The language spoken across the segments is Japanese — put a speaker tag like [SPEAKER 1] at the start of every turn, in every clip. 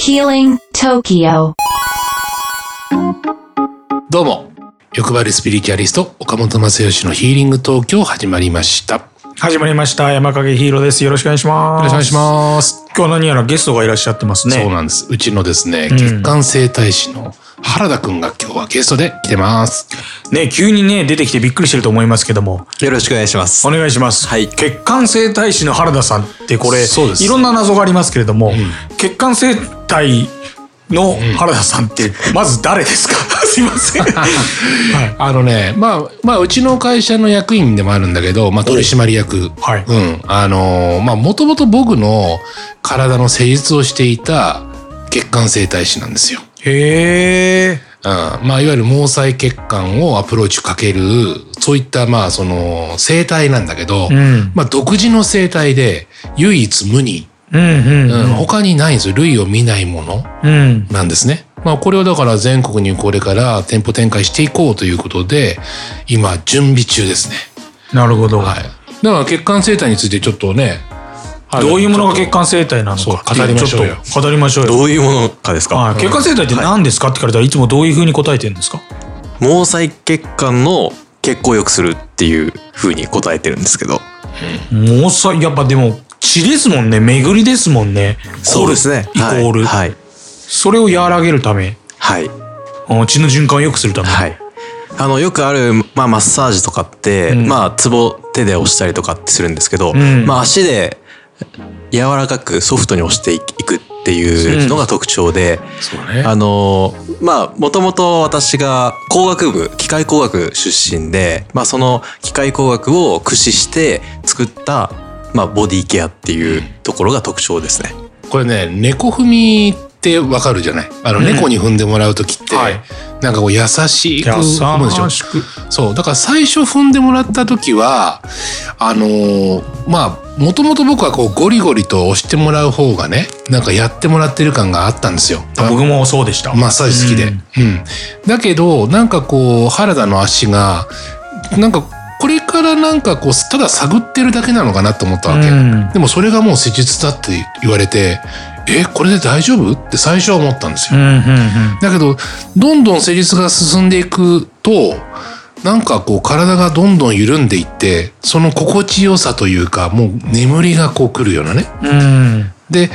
[SPEAKER 1] Healing Tokyo.
[SPEAKER 2] どうも欲張りスピリチュアリスト岡本正義のヒーリング東京始まりましたよ
[SPEAKER 3] 始まりました。山影ヒーローです。よろしくお願いします。
[SPEAKER 2] ろしくお願いします、
[SPEAKER 3] す。今日何やらゲストがいらっしゃってますね。
[SPEAKER 2] そうなんですうちのですね血管整体師の原田くんが今日はゲストで来てます、
[SPEAKER 3] ね、急にね、出てきてびっくりしてると思いますけども、
[SPEAKER 4] よろしくお願いします
[SPEAKER 3] お。願いします。
[SPEAKER 4] はい
[SPEAKER 3] 血管生体師の原田さんってこれ、
[SPEAKER 2] そうです
[SPEAKER 3] いろんな謎がありますけれども、血管生体の原田さんって、まず誰ですか すい ません。はい。
[SPEAKER 2] あのねまあまあうちの会社の役員でもあるんだけど、まあ、取締役
[SPEAKER 3] はい
[SPEAKER 2] うんあのーまあもともと僕の体の施術をしていた血管整体師なんですよ
[SPEAKER 3] へー。
[SPEAKER 2] うんまあ、いわゆる毛細血管をアプローチかける、そういった、まあ、その、生態なんだけど、
[SPEAKER 3] うん
[SPEAKER 2] まあ、独自の生態で、唯一無二、
[SPEAKER 3] うんう
[SPEAKER 2] うん
[SPEAKER 3] ん
[SPEAKER 2] 他にないんですよ。類を見ないもの
[SPEAKER 3] うん。
[SPEAKER 2] なんですね。まあ、これをだから全国にこれから店舗展開していこうということで、今、準備中ですね。
[SPEAKER 3] なるほど。
[SPEAKER 2] はい。だから、血管生態についてちょっとね、
[SPEAKER 3] どういうものが血管生体なの
[SPEAKER 2] そう
[SPEAKER 3] かってい
[SPEAKER 2] 語りましょうよ
[SPEAKER 3] ちっと語りましょうよ。
[SPEAKER 4] どういうものかですか、
[SPEAKER 3] はい、血管生体って何ですかって聞かれたらいつもどういうふうに答えてるんですか
[SPEAKER 4] 毛細血管の血行を良くするっていう風に答えてるんですけど。
[SPEAKER 3] 毛細やっぱでも血ですもんね巡りですもんねイコ
[SPEAKER 4] はい
[SPEAKER 3] ール、
[SPEAKER 4] はい。
[SPEAKER 3] それを和らげるため
[SPEAKER 4] はい。
[SPEAKER 3] あ血の循環を良くするため、
[SPEAKER 4] はい。あの、よくある、まあ、マッサージとかって、まあ、ツボ手で押したりとかってするんですけど、
[SPEAKER 3] ん
[SPEAKER 4] まあ、足で柔らかくソフトに押していくっていうのが特徴で、
[SPEAKER 2] そうね。
[SPEAKER 4] あのまあもともと私が工学部機械工学出身で、まあ、その機械工学を駆使して作った、まあ、ボディケアっていうところが特徴ですね。
[SPEAKER 2] これね猫踏みってわかるじゃないあの、
[SPEAKER 3] うん
[SPEAKER 2] 猫に踏んでもらう時って、
[SPEAKER 3] はい
[SPEAKER 2] なんかこう優しく踏むでしょ
[SPEAKER 3] 優しく
[SPEAKER 2] そうだから最初踏んでもらった時はあのーまあもともと僕はこうゴリゴリと押してもらう方がねなんかやってもらってる感があったんですよ。
[SPEAKER 3] 僕もそうでした、
[SPEAKER 2] マッサージ好きで。
[SPEAKER 3] う
[SPEAKER 2] うんん。だけど、なんかこう、原田の足が、なんか、これからなんかこう、ただ探ってるだけなのかなと思ったわけ。
[SPEAKER 3] うん
[SPEAKER 2] でもそれがもう施術だって言われて、え、これで大丈夫って最初は思ったんです
[SPEAKER 3] う
[SPEAKER 2] よ。
[SPEAKER 3] んうん
[SPEAKER 2] だけど、どんどん施術が進んでいくと、なんかこう体がどんどん緩んでいって、その心地よさというか、もう眠りがこう来るようなね。
[SPEAKER 3] うんうん
[SPEAKER 2] で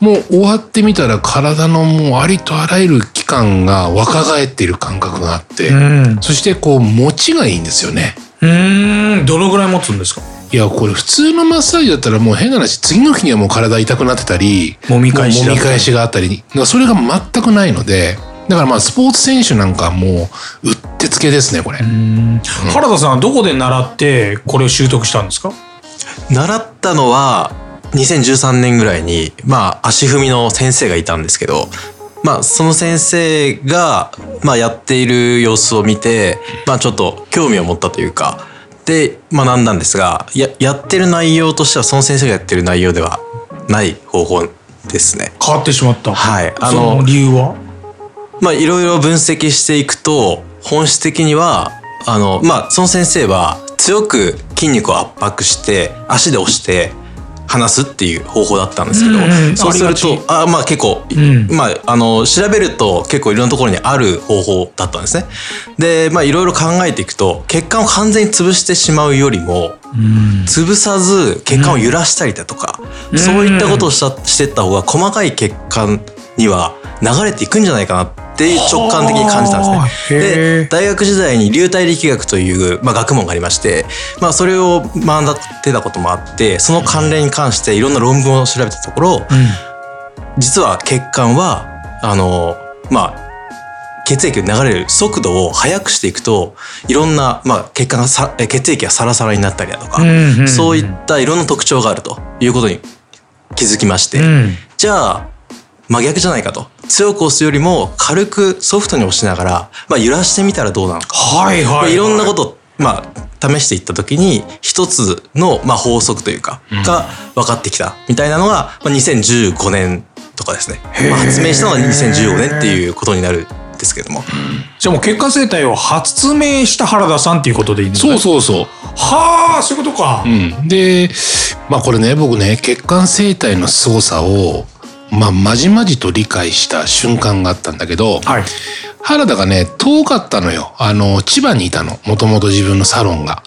[SPEAKER 2] もう終わってみたら体のもうありとあらゆる器官が若返っている感覚があって、
[SPEAKER 3] うん
[SPEAKER 2] そしてこう持ちがいいんですよね
[SPEAKER 3] うんどのぐらい持つんですか
[SPEAKER 2] いやこれ普通のマッサージだったらもう変な話次の日にはもう体痛くなってたり
[SPEAKER 3] 揉み返し
[SPEAKER 2] も
[SPEAKER 3] だ
[SPEAKER 2] う揉み返しがあったりだからそれが全くないのでだからまあスポーツ選手なんかはもううってつけですねこれ、
[SPEAKER 3] 原田さんはどこで習ってこれを習得したんですか
[SPEAKER 4] 習ったのは2013年ぐらいに、まあ、足踏みの先生がいたんですけど、まあ、その先生が、まあ、やっている様子を見て、まあ、ちょっと興味を持ったというかで学んだんですがややってる内容としてはその先生がやってる内容ではない方法ですね。
[SPEAKER 3] 変わってしまった
[SPEAKER 4] はいあ
[SPEAKER 3] あ
[SPEAKER 4] の
[SPEAKER 3] のその理由は
[SPEAKER 4] まあいろいろ分析していくと本質的にはあのまあその先生は強く筋肉を圧迫して足で押して離すっていう方法だったんですけど、
[SPEAKER 3] うんうん
[SPEAKER 4] そうする
[SPEAKER 3] あり
[SPEAKER 4] と
[SPEAKER 3] が
[SPEAKER 4] あまあ結構、
[SPEAKER 3] ん
[SPEAKER 4] まああの調べると結構いろんなところにある方法だったんですね。でまあいろいろ考えていくと血管を完全に潰してしまうよりも
[SPEAKER 3] うん
[SPEAKER 4] 潰さず血管を揺らしたりだとか、
[SPEAKER 3] うん
[SPEAKER 4] そういったことをしたしてった方が細かい血管には流れていくんじゃないかなって直感的に感じたん
[SPEAKER 3] はあ
[SPEAKER 4] です
[SPEAKER 3] へ
[SPEAKER 4] ね。
[SPEAKER 3] え
[SPEAKER 4] で大学時代に流体力学という、まあ、学問がありまして、まあ、それを学んだってたこともあってその関連に関していろんな論文を調べたところ
[SPEAKER 3] うん
[SPEAKER 4] 実は血管はあのまあ血液が流れる速度を速くしていくといろんな、まあ、血管がさえ血液がサラサラになったりだとか、
[SPEAKER 3] うんうん
[SPEAKER 4] そういったいろんな特徴があるということに気づきまして、
[SPEAKER 3] うん
[SPEAKER 4] じゃあ真逆じゃないかと強く押すよりも軽くソフトに押しながら、まあ、揺らしてみたらどうなのか、
[SPEAKER 3] はいはい、
[SPEAKER 4] まあ
[SPEAKER 3] はい
[SPEAKER 4] ろんなことを、まあ、試していった時に一つの、まあ、法則というかが分かってきたみたいなのが、まあ、2015年とかですね、まあ、発明したのが2015年っていうことになるんですけども。
[SPEAKER 3] じゃあもう血管生態を発明した原田さんっていうことでいいんですか
[SPEAKER 2] そう
[SPEAKER 3] ね
[SPEAKER 2] そうそう
[SPEAKER 3] はあそういうことか
[SPEAKER 2] う。ん、でまあこれね僕ね血管生態の凄さをまあ、まじまじと理解した瞬間があったんだけど、
[SPEAKER 3] はい。
[SPEAKER 2] 原田がね、遠かったのよ。あの、千葉にいたの。もともと自分のサロンが。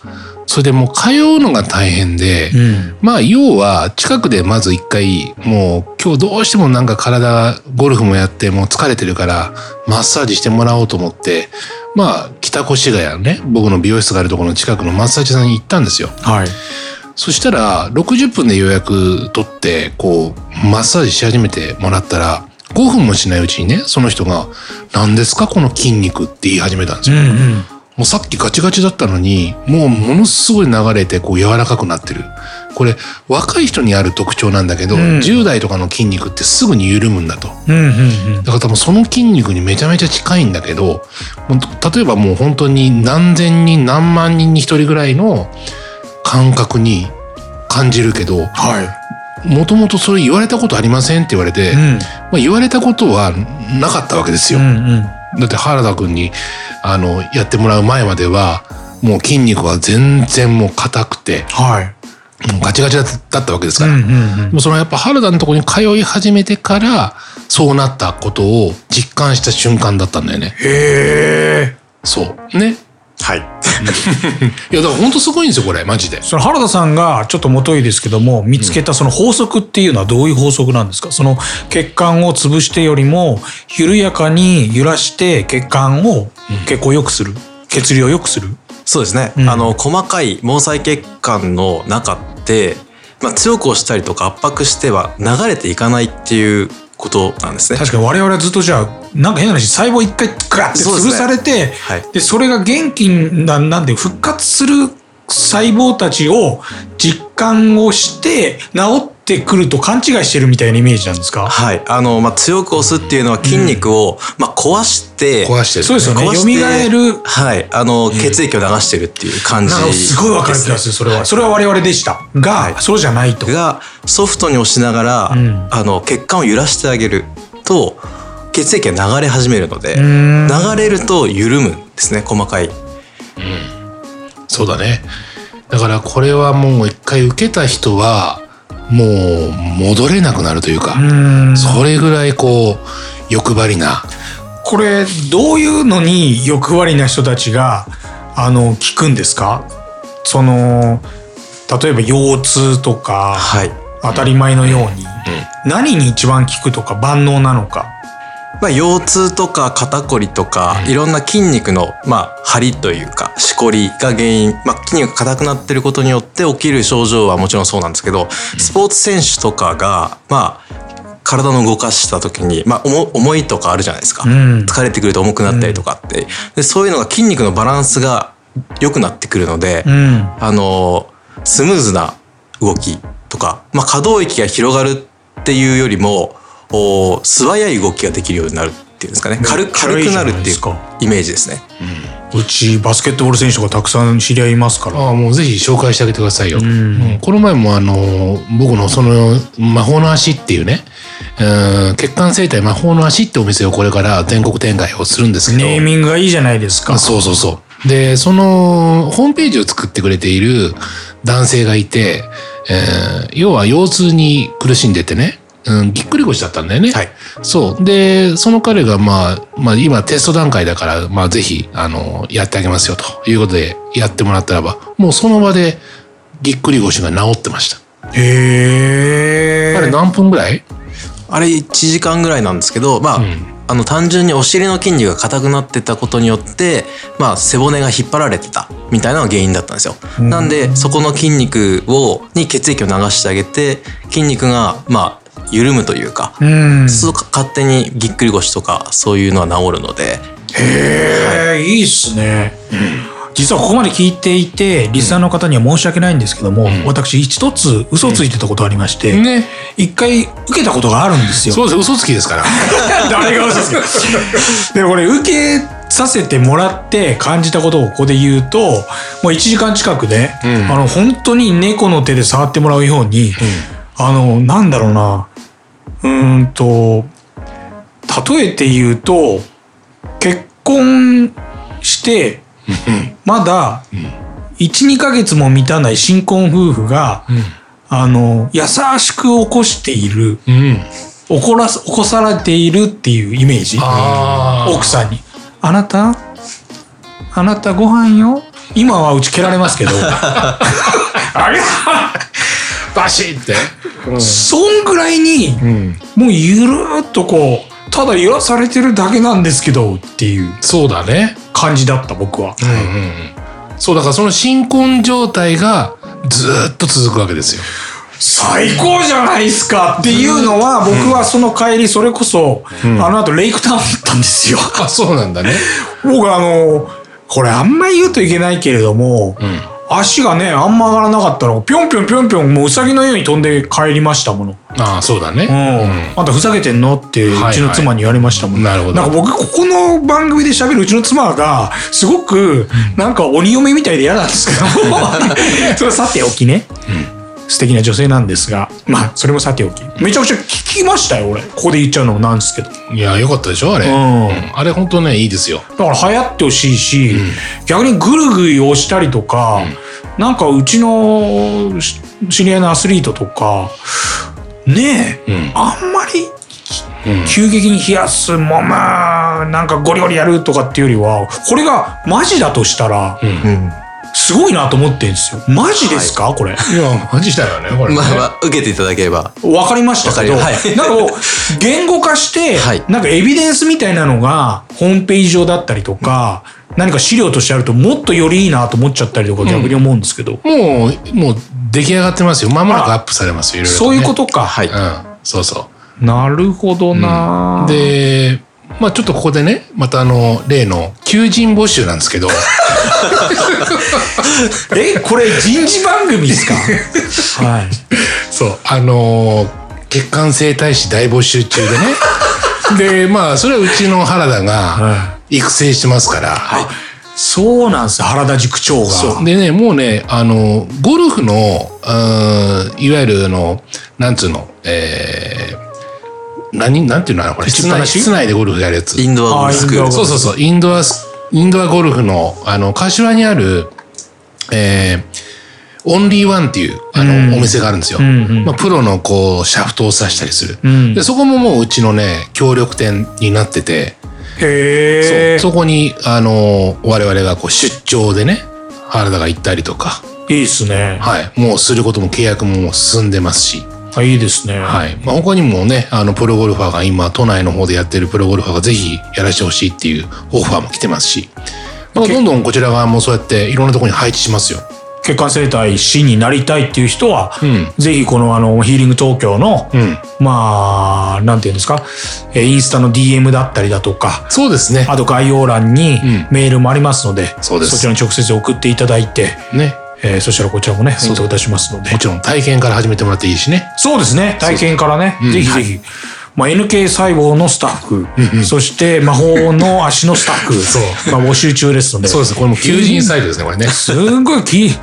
[SPEAKER 2] それでもう通うのが大変で、
[SPEAKER 3] うん。
[SPEAKER 2] まあ、要は、近くでまず一回、もう、今日どうしてもなんか体、ゴルフもやって、もう疲れてるから、マッサージしてもらおうと思って、まあ、北越谷のね、僕の美容室があるところの近くのマッサージ屋さんに行ったんですよ。
[SPEAKER 3] はい。
[SPEAKER 2] そしたら、60分で予約取って、こう、マッサージし始めてもらったら、5分もしないうちにね、その人が、何ですかこの筋肉って言い始めたんです
[SPEAKER 3] う
[SPEAKER 2] よ。
[SPEAKER 3] んうん。
[SPEAKER 2] もうさっきガチガチだったのに、もうものすごい流れて、こう柔らかくなってる。これ、若い人にある特徴なんだけど、
[SPEAKER 3] うん
[SPEAKER 2] 10代とかの筋肉ってすぐに緩むんだと。
[SPEAKER 3] うんうんうん。
[SPEAKER 2] だから多分その筋肉にめちゃめちゃ近いんだけど、もう例えばもう本当に何千人何万人に一人ぐらいの感覚に感じるけど、
[SPEAKER 3] は
[SPEAKER 2] もともとそれ言われたことありませんって言われて、
[SPEAKER 3] い。ん。
[SPEAKER 2] まあ、言われたことはなかったわけですよ。
[SPEAKER 3] うんうん。
[SPEAKER 2] だって原田くんに、あの、やってもらう前までは、もう筋肉は全然もう硬くて、
[SPEAKER 3] はい。
[SPEAKER 2] もうガチガチだったわけです
[SPEAKER 3] う
[SPEAKER 2] から。
[SPEAKER 3] んうんう
[SPEAKER 2] も
[SPEAKER 3] ん。
[SPEAKER 2] うそのやっぱ原田のところに通い始めてから、そうなったことを実感した瞬間だったんだよね。
[SPEAKER 3] へえ。
[SPEAKER 2] そう。ね。
[SPEAKER 4] はい。
[SPEAKER 2] いや、だから本当すごいんですよ、これ、マジで。
[SPEAKER 3] その原田さんがちょっともといですけども見つけたその法則っていうのはどういう法則なんですかその血管を潰してよりも緩やかに揺らして血管を血行を良くする血流を良くする
[SPEAKER 4] そうですね、
[SPEAKER 3] うん
[SPEAKER 4] あの細かい毛細血管の中って、まあ、強く押したりとか圧迫しては流れていかないっていうことなんですね。
[SPEAKER 3] 確かに我々はずっとじゃあなんか変な話細胞一回ガッて
[SPEAKER 4] そうです
[SPEAKER 3] 潰
[SPEAKER 4] ね
[SPEAKER 3] されてそ
[SPEAKER 4] はい
[SPEAKER 3] でそれが元気ななんで復活する細胞たちを実感をして治ってくると勘違いしてるみたいなイメージなんですか
[SPEAKER 4] はい、あのまあ、強く押すっていうのは筋肉を、まあ、壊して
[SPEAKER 2] 壊してる。
[SPEAKER 3] そうですよね
[SPEAKER 4] 壊して
[SPEAKER 3] 蘇る
[SPEAKER 4] はい、あの血液を流してるっていう感じ
[SPEAKER 3] なんかすごいわかる気がするそれはそれは我々でしたが、そうじゃないと
[SPEAKER 4] がソフトに押しながら、
[SPEAKER 3] うん
[SPEAKER 4] あの血管を揺らしてあげると血液が流れ始めるので、
[SPEAKER 3] ん
[SPEAKER 4] 流れると緩むんですね細かい
[SPEAKER 2] そうだね。だからこれはもう一回受けた人は、もう戻れなくなるというか、
[SPEAKER 3] うん
[SPEAKER 2] それぐらいこう、欲張りな。
[SPEAKER 3] これどういうのに欲張りな人たちがあの聞くんですかその例えば腰痛とか、
[SPEAKER 4] はい、
[SPEAKER 3] 当たり前のように、何に一番効くとか万能なのか
[SPEAKER 4] まあ、腰痛とか肩こりとか、いろんな筋肉の、まあ、張りというかしこりが原因、まあ、筋肉が硬くなってることによって起きる症状はもちろんそうなんですけどスポーツ選手とかが、まあ、体の動かした時に、まあ、重重いとかあるじゃないですか、
[SPEAKER 3] うん
[SPEAKER 4] 疲れてくると重くなったりとかって、でそういうのが筋肉のバランスが良くなってくるので、
[SPEAKER 3] うん
[SPEAKER 4] あのスムーズな動きとか、まあ、可動域が広がるっていうよりもおー素早い動きができるようになるっていうんですかね軽く軽くなるっていうイメージですね。
[SPEAKER 3] うちバスケットボール選手がたくさん知り合いいますから
[SPEAKER 2] ああ、もうぜひ紹介してあげてくださいよ。
[SPEAKER 3] うん
[SPEAKER 2] うんこの前もあの、僕のその、魔法の足っていうね、うん血管生態魔法の足ってお店をこれから全国展開をするんですけど。
[SPEAKER 3] ネーミングがいいじゃないですか
[SPEAKER 2] あそうそうそう。で、その、ホームページを作ってくれている男性がいて、えー要は腰痛に苦しんでてね、うん、ぎっくり腰だったんだよね。
[SPEAKER 4] はい
[SPEAKER 2] そう。で、その彼が、まあ、まあ、今テスト段階だから、まあ、ぜひ、あの、やってあげますよ、ということで、やってもらったらば、もうその場で、ぎっくり腰が治ってました。
[SPEAKER 3] へえ
[SPEAKER 2] あれ何分ぐらい
[SPEAKER 4] あれ1時間ぐらいなんですけど、まあ
[SPEAKER 2] うん
[SPEAKER 4] あの単純にお尻の筋肉が硬くなってたことによって、まあ、背骨が引っ張られてたみたいなのが原因だったんですよ。
[SPEAKER 3] うん
[SPEAKER 4] なんでそこの筋肉をに血液を流してあげて筋肉がまあ緩むというか
[SPEAKER 3] うん
[SPEAKER 4] そうか勝手にぎっくり腰とかそういうのは治るので
[SPEAKER 3] へえ、いいっすね。実はここまで聞いていて、リスナーの方には申し訳ないんですけども、私一つ嘘ついてたことありまして、
[SPEAKER 2] ね。
[SPEAKER 3] 一回受けたことがあるんですよ。
[SPEAKER 2] そうです。嘘つきですから。
[SPEAKER 3] 誰が嘘つく で、これ受けさせてもらって感じたことをここで言うと、もう1時間近くね、
[SPEAKER 2] うん
[SPEAKER 3] あの、本当に猫の手で触ってもらうように、あの、なんだろうな、うーんと、例えて言うと、結婚して、まだ、1、2ヶ月も満たない新婚夫婦が、あの、優しく起こしている
[SPEAKER 2] うん。
[SPEAKER 3] 怒らす起こされているっていうイメージ
[SPEAKER 2] あー
[SPEAKER 3] 奥さんに「あなたあなたご飯よ今はうち蹴られます けどありゃ
[SPEAKER 2] バシッて。
[SPEAKER 3] そんぐらいに
[SPEAKER 2] うん。
[SPEAKER 3] もうゆるーっとこうただ揺らされてるだけなんですけどっていう
[SPEAKER 2] そうだね。
[SPEAKER 3] 感じだった僕は。
[SPEAKER 2] うんうんうん。そう、だからその新婚状態がずーっと続くわけですよ。
[SPEAKER 3] 最高じゃないですかっていうのは、僕はその帰り、それこそ、あの後レイクタウン行ったんですよ。
[SPEAKER 2] あ、そうなんだね。
[SPEAKER 3] 僕あの、これあんまり言うといけないけれども、
[SPEAKER 2] ん
[SPEAKER 3] 足がね、あんま上がらなかったのが、ぴょんぴょんぴょんぴょん、もううさぎのように飛んで帰りましたもの。
[SPEAKER 2] ああ、そうだね。
[SPEAKER 3] うん。
[SPEAKER 2] うん
[SPEAKER 3] あんたふざけてんのって、
[SPEAKER 2] いはいう
[SPEAKER 3] ちの妻に言われましたもん。
[SPEAKER 2] なるほど
[SPEAKER 3] なんか僕、ここの番組で喋るうちの妻が、すごく、なんか鬼嫁みたいで嫌なんですけど、 それはさておきね。素敵な女性なんですが、まあ、それもさておき。めちゃくちゃ聞きましたよ、俺。ここで言っちゃうのもなんですけど。
[SPEAKER 2] いや、よかったでしょあれ。
[SPEAKER 3] う
[SPEAKER 2] う
[SPEAKER 3] ん
[SPEAKER 2] んあれ本当ね、いいですよ。
[SPEAKER 3] だから流行ってほしいし、逆にぐるぐる押したりとか、なんかうちのし知り合いのアスリートとかねえ、
[SPEAKER 2] うん
[SPEAKER 3] あんまり
[SPEAKER 2] うん
[SPEAKER 3] 急激に冷やすままなんかゴリゴリやるとかっていうよりはこれがマジだとしたら
[SPEAKER 4] うん
[SPEAKER 3] すごいなと思ってるんですよ。マジですか、これ。
[SPEAKER 2] いや、マジだよね、これね。
[SPEAKER 4] まあまあ、受けていただければ。
[SPEAKER 3] わかりましたけど、
[SPEAKER 4] わかりました
[SPEAKER 3] なんかこう、言語化して、
[SPEAKER 4] はい
[SPEAKER 3] なんかエビデンスみたいなのが、ホームページ上だったりとか、何か資料としてあると、もっとよりいいなと思っちゃったりとか、逆に思うんですけど、
[SPEAKER 2] もう、もう出来上がってますよ。まもなくアップされますよ、いろいろと
[SPEAKER 3] そう
[SPEAKER 2] ね、
[SPEAKER 3] いうことか。
[SPEAKER 4] はい。
[SPEAKER 2] うん、そうそ
[SPEAKER 3] なるほどな、
[SPEAKER 2] う。、で、まあちょっとここでね、またあの、例の求人募集なんですけ ど、
[SPEAKER 3] え、これ人事番組で すかはい。
[SPEAKER 2] そう、あのー血管整体師大募集中で ね。で、まあそれはうちの原田が
[SPEAKER 3] は
[SPEAKER 2] 育成してますから、
[SPEAKER 3] そうなんですよ、原田塾長が。
[SPEAKER 2] そうでねもうねあのゴルフのうーんいわゆるあのなんつうのえー、何なんていうのかなこれ
[SPEAKER 3] 打ちっ
[SPEAKER 2] 室
[SPEAKER 3] ぱ
[SPEAKER 2] 内
[SPEAKER 3] なし
[SPEAKER 2] 室内でゴルフやるやつ
[SPEAKER 4] インドアゴルフスクー
[SPEAKER 3] あーインドアゴル
[SPEAKER 4] ル。
[SPEAKER 3] フ
[SPEAKER 2] そうそうそうインドアスインドアゴルフのあの柏にあるえーオンリーワンっていうあの、
[SPEAKER 3] うん
[SPEAKER 2] お店があるんですよ、
[SPEAKER 3] うんうん
[SPEAKER 2] まあ、プロのこうシャフトを刺したりする、
[SPEAKER 3] うん
[SPEAKER 2] でそこももううちのね協力店になってて、
[SPEAKER 3] へえ。
[SPEAKER 2] そうそこにあの我々がこう出張でね原田が行ったりとか
[SPEAKER 3] いいですね、
[SPEAKER 2] はい。もうすることも契約ももう進んでますし。
[SPEAKER 3] あいいですね。
[SPEAKER 2] はい。まあ、他にもね、あの、プロゴルファーが今、都内の方でやってるプロゴルファーがぜひやらせてほしいっていうオファーも来てますし。まあ、どんどんこちら側もそうやっていろんなところに配置しますよ。
[SPEAKER 3] 血管生体師になりたいっていう人は、
[SPEAKER 2] うん
[SPEAKER 3] ぜひこのあのヒーリング東京の、
[SPEAKER 2] うん。
[SPEAKER 3] まあ、なんていうんですか、えーインスタの DM だったりだとか、
[SPEAKER 2] そうですね。
[SPEAKER 3] あと概要欄に
[SPEAKER 2] うん
[SPEAKER 3] メールもありますので、
[SPEAKER 2] そうです
[SPEAKER 3] ちらに直接送っていただいて、
[SPEAKER 2] ね。
[SPEAKER 3] えーそしたらこちらもね、返答いたしますので
[SPEAKER 2] も。ちろん体験から始めてもらっていいしね。
[SPEAKER 3] そうですね、体験からね、ぜひぜひ。まあ、NK 細胞のスタッフ、そして魔法の足のスタッ フ、まあ募集中ですので。
[SPEAKER 2] そうです。これも求人サイトですね、 これね。
[SPEAKER 3] すんごいき、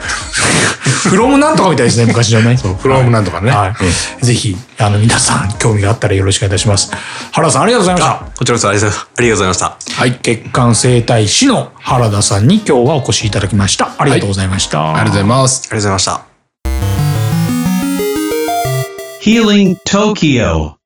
[SPEAKER 3] フロムなんとかみたいですね、昔のね。そう、
[SPEAKER 2] フロムなんとかね
[SPEAKER 3] はい。ぜひ、あの、皆さん、興味があったらよろしくお願いいたします。原田さん、ありがとうございました。
[SPEAKER 4] こちらこそありがとうありがとうございました。
[SPEAKER 3] はい。血管生体師の原田さんに今日はお越しいただきました。ありがとうございました。
[SPEAKER 2] ありがとうございます。
[SPEAKER 4] ありがとうございました。
[SPEAKER 5] Healing Tokyo